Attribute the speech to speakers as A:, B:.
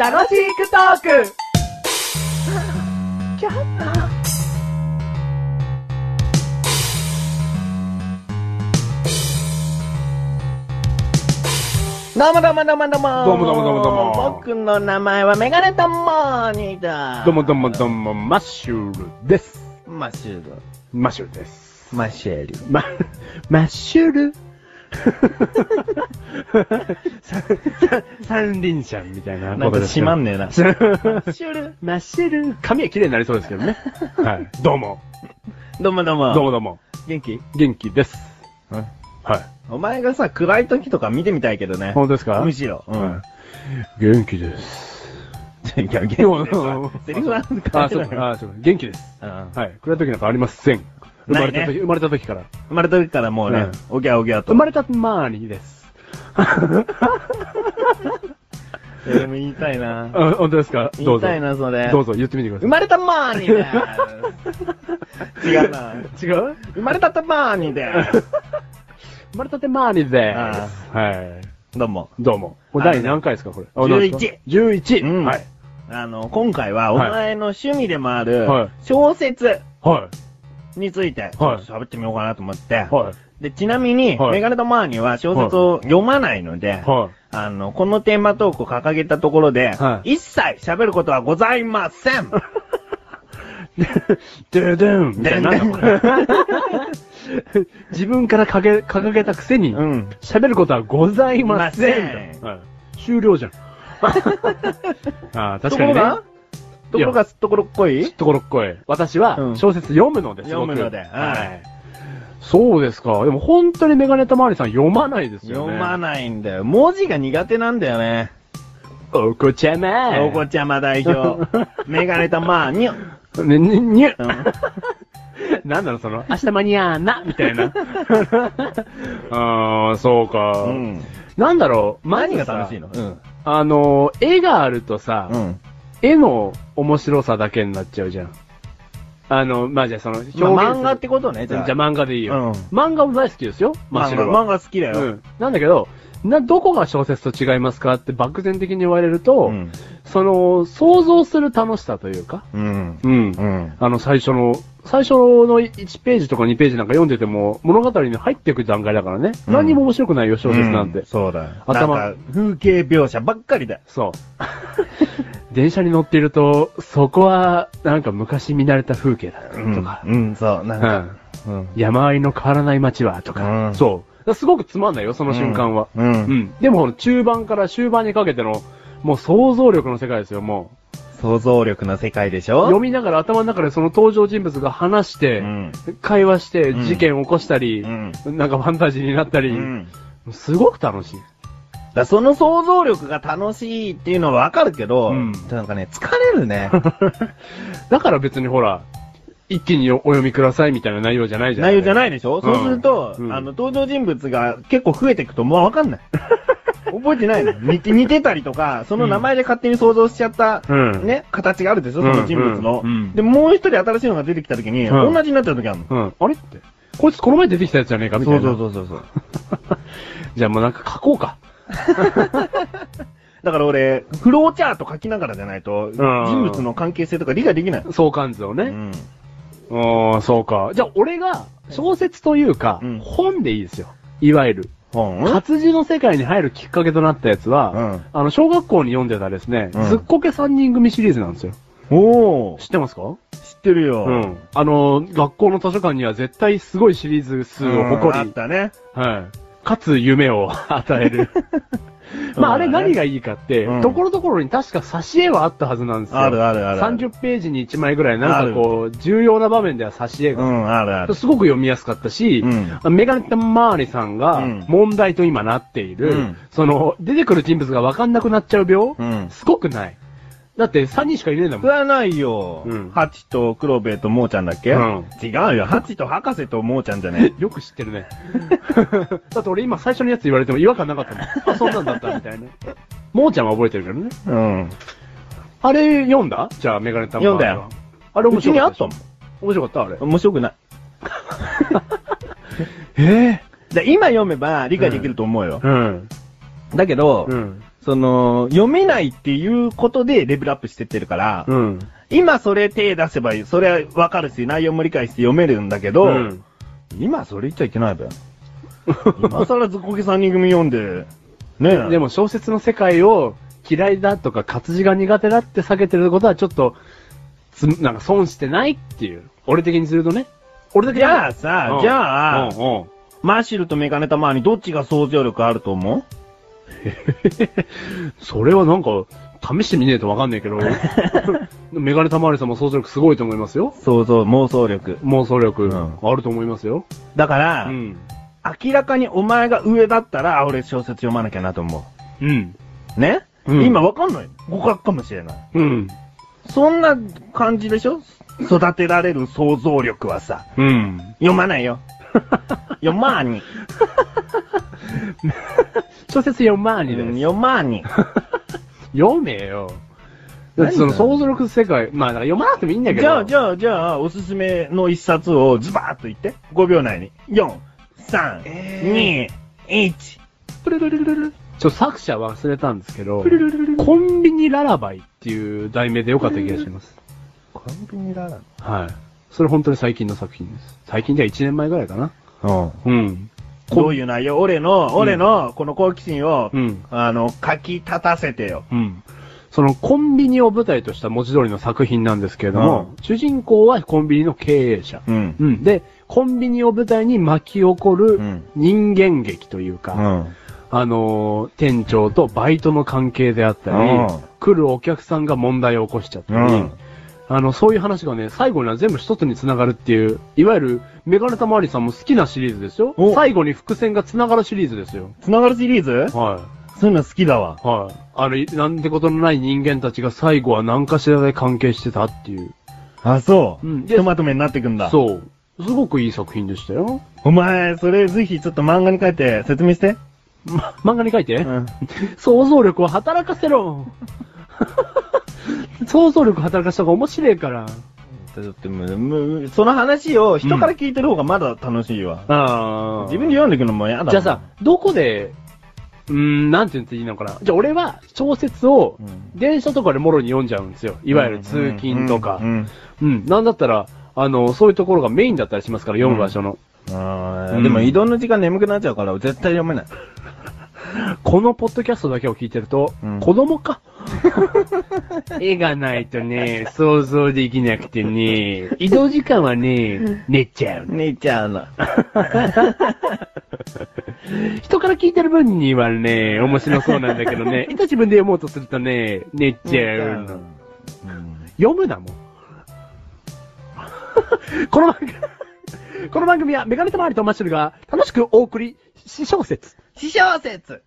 A: 楽しくトークどうもどうもどうもどうも
B: どうもどうもどうもどうも
A: 僕の名前はメガネとモーニーだ
B: どうもどうもどうも、マッシュルです。
A: マッシュル
B: マッシュルです。
A: マッシュル
B: ま、マッシュルささ三輪車みたいな
C: なん
B: こと
C: か
B: です
C: 閉
B: けど
C: まんねえな。
B: マッ
A: シュル
B: マッシュル髪は綺麗になりそうですけどね。はい。どうも。
A: どうもどうも
B: どうもどうも。
A: 元気
B: 元気です。
C: うん
B: はい。
C: お前がさ、暗い時とか見てみたいけどね。
B: 本当ですか
C: むしろ。う
B: は
C: ん。
B: い元気です。
C: いや、元気
B: どう
C: で
B: も
C: セリフは変わ
B: あ、
C: って
B: そう
C: ない
B: か、あそうか元気です。
C: うん
B: はい。これは時なんかありません。生まれた
C: ない
B: 時、生まれた時から。
C: 生まれた時からもう
B: う
C: ね
B: ん、
C: おぎゃおぎゃと。
B: 生まれたマーニーです。
C: れでも言いたいな。
B: あ、本当ですか ど
C: 言
B: う
C: い
B: ぞ
C: た。いな、それ。
B: どうぞ、言ってみてくださ
A: 生
B: い。
A: まれたマーニー だ
C: 違うな。
B: 違う
A: 生まれたたマーニー だ
B: 生まれたてマーニーで
C: あ
B: ーす。はい。
C: どうも。
B: どうも。これ第何回ですかこれ。あ何ですか11。
C: うん
B: はい。
C: あの、今回は、お前の趣味でもある
B: はい、
C: 小説
B: は
C: について、ちょ
B: はい
C: っと喋ってみようかなと思って
B: い。。は
C: で、ちなみに、
B: はい
C: メガネとマーニは小説を読まないので
B: い。、は
C: あの、このテーマトークを掲げたところで、
B: はい
C: 一切喋ることはございませ ん
B: い。ででんみたいな。なんだこれ 自分から掲げ、掲げたくせに、
C: うん。
B: 喋ることはございませ
C: ませ
B: ん
C: ん。
B: はい終了 じゃん。ああ、確かにね。
C: ところがところがすっところっこい
B: ところっこい。私は
C: うん
B: 小説読むのです、
C: 読む
B: 僕
C: ので
B: はい。そうですか。でも本当にメガネたまわりさん読まないですよね。
C: 読まないんだよ。文字が苦手なんだよね。
B: お子ちゃま
C: お子ちゃま代 表。メガネたまーに。
B: ね、に、にゅ
C: う、ん
B: なんだろう、その、明日間に合わな、みた いな。ああ、そうか。
C: うん。
B: なんだろう、
C: 何が
B: まずさ
C: 楽しいのうん。
B: あの、絵があるとさ、
C: うん。
B: 絵の面白さだけになっちゃうじゃん。あの、まあ、じゃあその、表現する
C: まあ漫画ってことね、
B: じ
C: じ
B: ゃ
C: ゃ
B: あ
C: あ。
B: 漫画でいいよ。
C: うん
B: 漫画も大好きですよ、マシ
C: 漫
B: ル
C: 画、
B: は。
C: 漫画好きだ
B: う
C: よ。
B: ん。なんだけど、な、どこが小説と違いますかって漠然的に言われると、
C: うん。
B: その、想像する楽しさというか、
C: うん。
B: うん
C: うん。
B: あの、最初の、最初の1ページとか2ページなんか読んでても、物語に入っていく段階だからね。
C: うん
B: 何にも面白くないよ、小説なんて。
C: うそうだよ。
B: 頭
C: なんか、風景描写ばっかりだよ。
B: そう。 電車に乗っていると、そこは、なんか昔見慣れた風景だとか、
C: うん、そう、な
B: うんん。
C: か。うん。
B: 山あいの変わらない街は、とか、
C: うん
B: そう。だからすごくつまんないよ、その瞬間は。
C: うん
B: う。ん。でも、中盤から終盤にかけての、もう想像力の世界ですよ、もう。
C: 想像力の世界でし
B: 読
C: ょ
B: みながら頭の中でその登場人物が話して、
C: うん。
B: 会話して、
C: うん
B: 事件を起こしたり、
C: うん。
B: なんかファンタジーになったり、
C: うん。
B: すごく楽しい。
C: だからその想像力が楽しいっていうのはわかるけど、
B: うん
C: なんかね、疲れるね。
B: だから別にほら、一気にお読みくださいみたいな内容じゃ ないじゃん。
C: 内容じゃ
B: い。
C: ないでしょ、そうすると、
B: うん
C: あの、登場人物が結構増えていくともうわか んない。覚えてないの似て似てたりとか、その名前で勝手に想像しちゃった、
B: うん
C: ね、形があるでしょその人物の。
B: うんうん
C: で、もう一人新しいのが出てきた時に、
B: うん
C: 同じになってる時あるの。
B: うん。あれって。こいつこの前出てきたやつじゃねえかみたいな。
C: そうそうそう。
B: じゃあもうなんか書こうか。
C: だから俺、フローチャート書きながらじゃないと、人物の関係性とか理解できない。
B: 相関図を
C: う
B: ね。
C: ん。
B: うん、そうか。じゃあ俺が小説というか、
C: うん
B: 本でいいですよ。いわゆる。
C: 本
B: 活字の世界に入るきっかけとなったやつは、
C: うん
B: あの、小学校に読んでたですね、
C: うん
B: ずっこけ三人組シリーズなんですよ。
C: おー、
B: 知ってますか
C: 知ってるよ。
B: うん。あの、学校の図書館には絶対すごいシリーズ数を誇
C: あ
B: り
C: っ、たね。
B: はい。かつ夢を 与える。まあ、あれ何がいいかって
C: うん、
B: ところどころに確か挿絵はあったはずなんですよ。
C: あるあるある。
B: 30ページに1枚ぐらい、なんかこう、重要な場面では挿絵
C: う
B: が。
C: ん、あるある。
B: すごく読みやすかったし、メガネタマーリさんが
C: うん
B: 問題と今なっていうる
C: ん、
B: その、出てくる人物がわかんなくなっちゃう病
C: うん。
B: すごくない。だって3人しかいねえんだ
C: そ
B: もん
C: れ。はないよ。
B: うん
C: ハチと黒部とモーちゃんだっけ、
B: うん
C: 違うよ。ハチと博士とモーちゃんじゃね
B: よく知ってるね。 だって俺今最初のやつ言われても違和感なかったもん。あ、そんなんだったみたいな。もーちゃんは覚えてるけどね。
C: え。うん。
B: あれ読んだじゃあメガネたま
C: 読んだよ。
B: あれ
C: う
B: 面
C: ち
B: 白
C: に
B: か
C: あ
B: っ
C: った
B: た
C: もん。
B: 面白かったあれ。
C: 面白くない。
B: ええ
C: で今読めば理解できると思うよ。
B: うん。
C: だけど、
B: うん。
C: その、読めないっていうことでレベルアップしてってるから、
B: うん。
C: 今それ手出せばいい。それはわかるし、内容も理解して読めるんだけど、
B: うん
C: 今それ言っちゃいけないべ。 今更ずっこけ3人組読んで、ねえ。
B: でも小説の世界を嫌いだとか活字が苦手だって避けてることはちょっと、つなんか損してないっていう。俺的にするとね。俺だけ
C: じゃあさ、じゃあ、
B: うんうんうん
C: マシルとメガネたまにどっちが想像力あると思う
B: それはなんか、試してみねえとわかんないけど、メガネたまわりさんも想像力すごいと思いますよ。
C: 想像、妄想力。
B: 妄想力、
C: うん
B: あると思いますよ。
C: だから、
B: うん。
C: 明らかにお前が上だったら、あ俺小説読まなきゃなと思
B: うん。
C: う。ね、
B: うん
C: 今わかんない。互角かもしれない。
B: うん。
C: そんな感じでしょ育てられる想像力はさ、
B: うん。
C: 読まない よ。読まーに。
B: 小説読まーにです。
C: 読まーに。
B: 読めよ。だってその
C: 何だよ
B: 想像力世界、まあだから読まなくてもいいんだけど。
C: じゃあ、じ
B: ゃ
C: ゃあ、じゃあ、おすすめの一冊をズバーっと言って。5秒内に。4、3、
B: え
C: 2、1。
B: プルルルルルル。ちょ、作者忘れたんですけど、コンビニララバイっていう題名でよかった気がします。
C: コンビニだな。
B: はい。それ本当に最近の作品です。最近では1年前ぐらいかな。
C: うん。
B: うん。
C: どういう内容俺の、俺の、この好奇心を、
B: うん。
C: あの、書き立たせてよ。
B: うん。そのコンビニを舞台とした文字通りの作品なんですけれども、
C: う
B: 主人公はコンビニの経営者。
C: うん。
B: うん。で、コンビニを舞台に巻き起こ
C: う
B: る
C: ん
B: 人間劇というか、
C: ん。
B: あのー店長とバイトの関係であったり、
C: うん
B: 来るお客さんが問題を起こしちゃったり、
C: うん
B: あの、そういう話がね、最後には全部一つに繋がるっていう、いわゆる、メガネタマリさんも好きなシリーズですよ
C: お。
B: 最後に伏線が繋がるシリーズですよ。
C: つながるシリーズ
B: はい。
C: そういうの好きだわ。
B: はい。あの、いなんてことのない人間たちが最後は何かしらで関係してたっていう。
C: あ、そう。
B: うん
C: ひとまとめになってくんだ。
B: そう。すごくいい作品でしたよ。
C: お前、それぜひちょっと漫画に書いて説明して。
B: ま、漫画に書いて、
C: ん。
B: 想像力を働かせ ろ想像力働かせた方が面白いから。
C: だってもうむその話を人から聞いてる方がまだ楽しいわ。
B: あ
C: 自分で読んでいくのも嫌だ。
B: じゃあさ、、どこで、うーん、なんて言っていいのかな。じゃあ俺は小説を
C: うん
B: 電車とかでもろに読んじゃうんですよ。いわゆる通勤とか。うん。なんだったら、あの、そういうところがメインだったりしますから、読む場所の。
C: あ
B: う
C: ー
B: ん
C: でも移動の時間眠くなっちゃうから絶対読めない。
B: このポッドキャストだけを聞いてると、
C: うん
B: 子供か。絵がないとね、想像できなくてね、移動時間はね、寝ちゃう。
A: 寝ちゃう の。
B: 人から聞いてる分にはね、面白そうなんだけど ね、いざ自分で読もうとするとね、寝ちゃうの。
C: うん
B: 読むなもん。 この番組、この番組はメガネとマリとマッシュルが楽しくお送り、し小説。
A: 私小説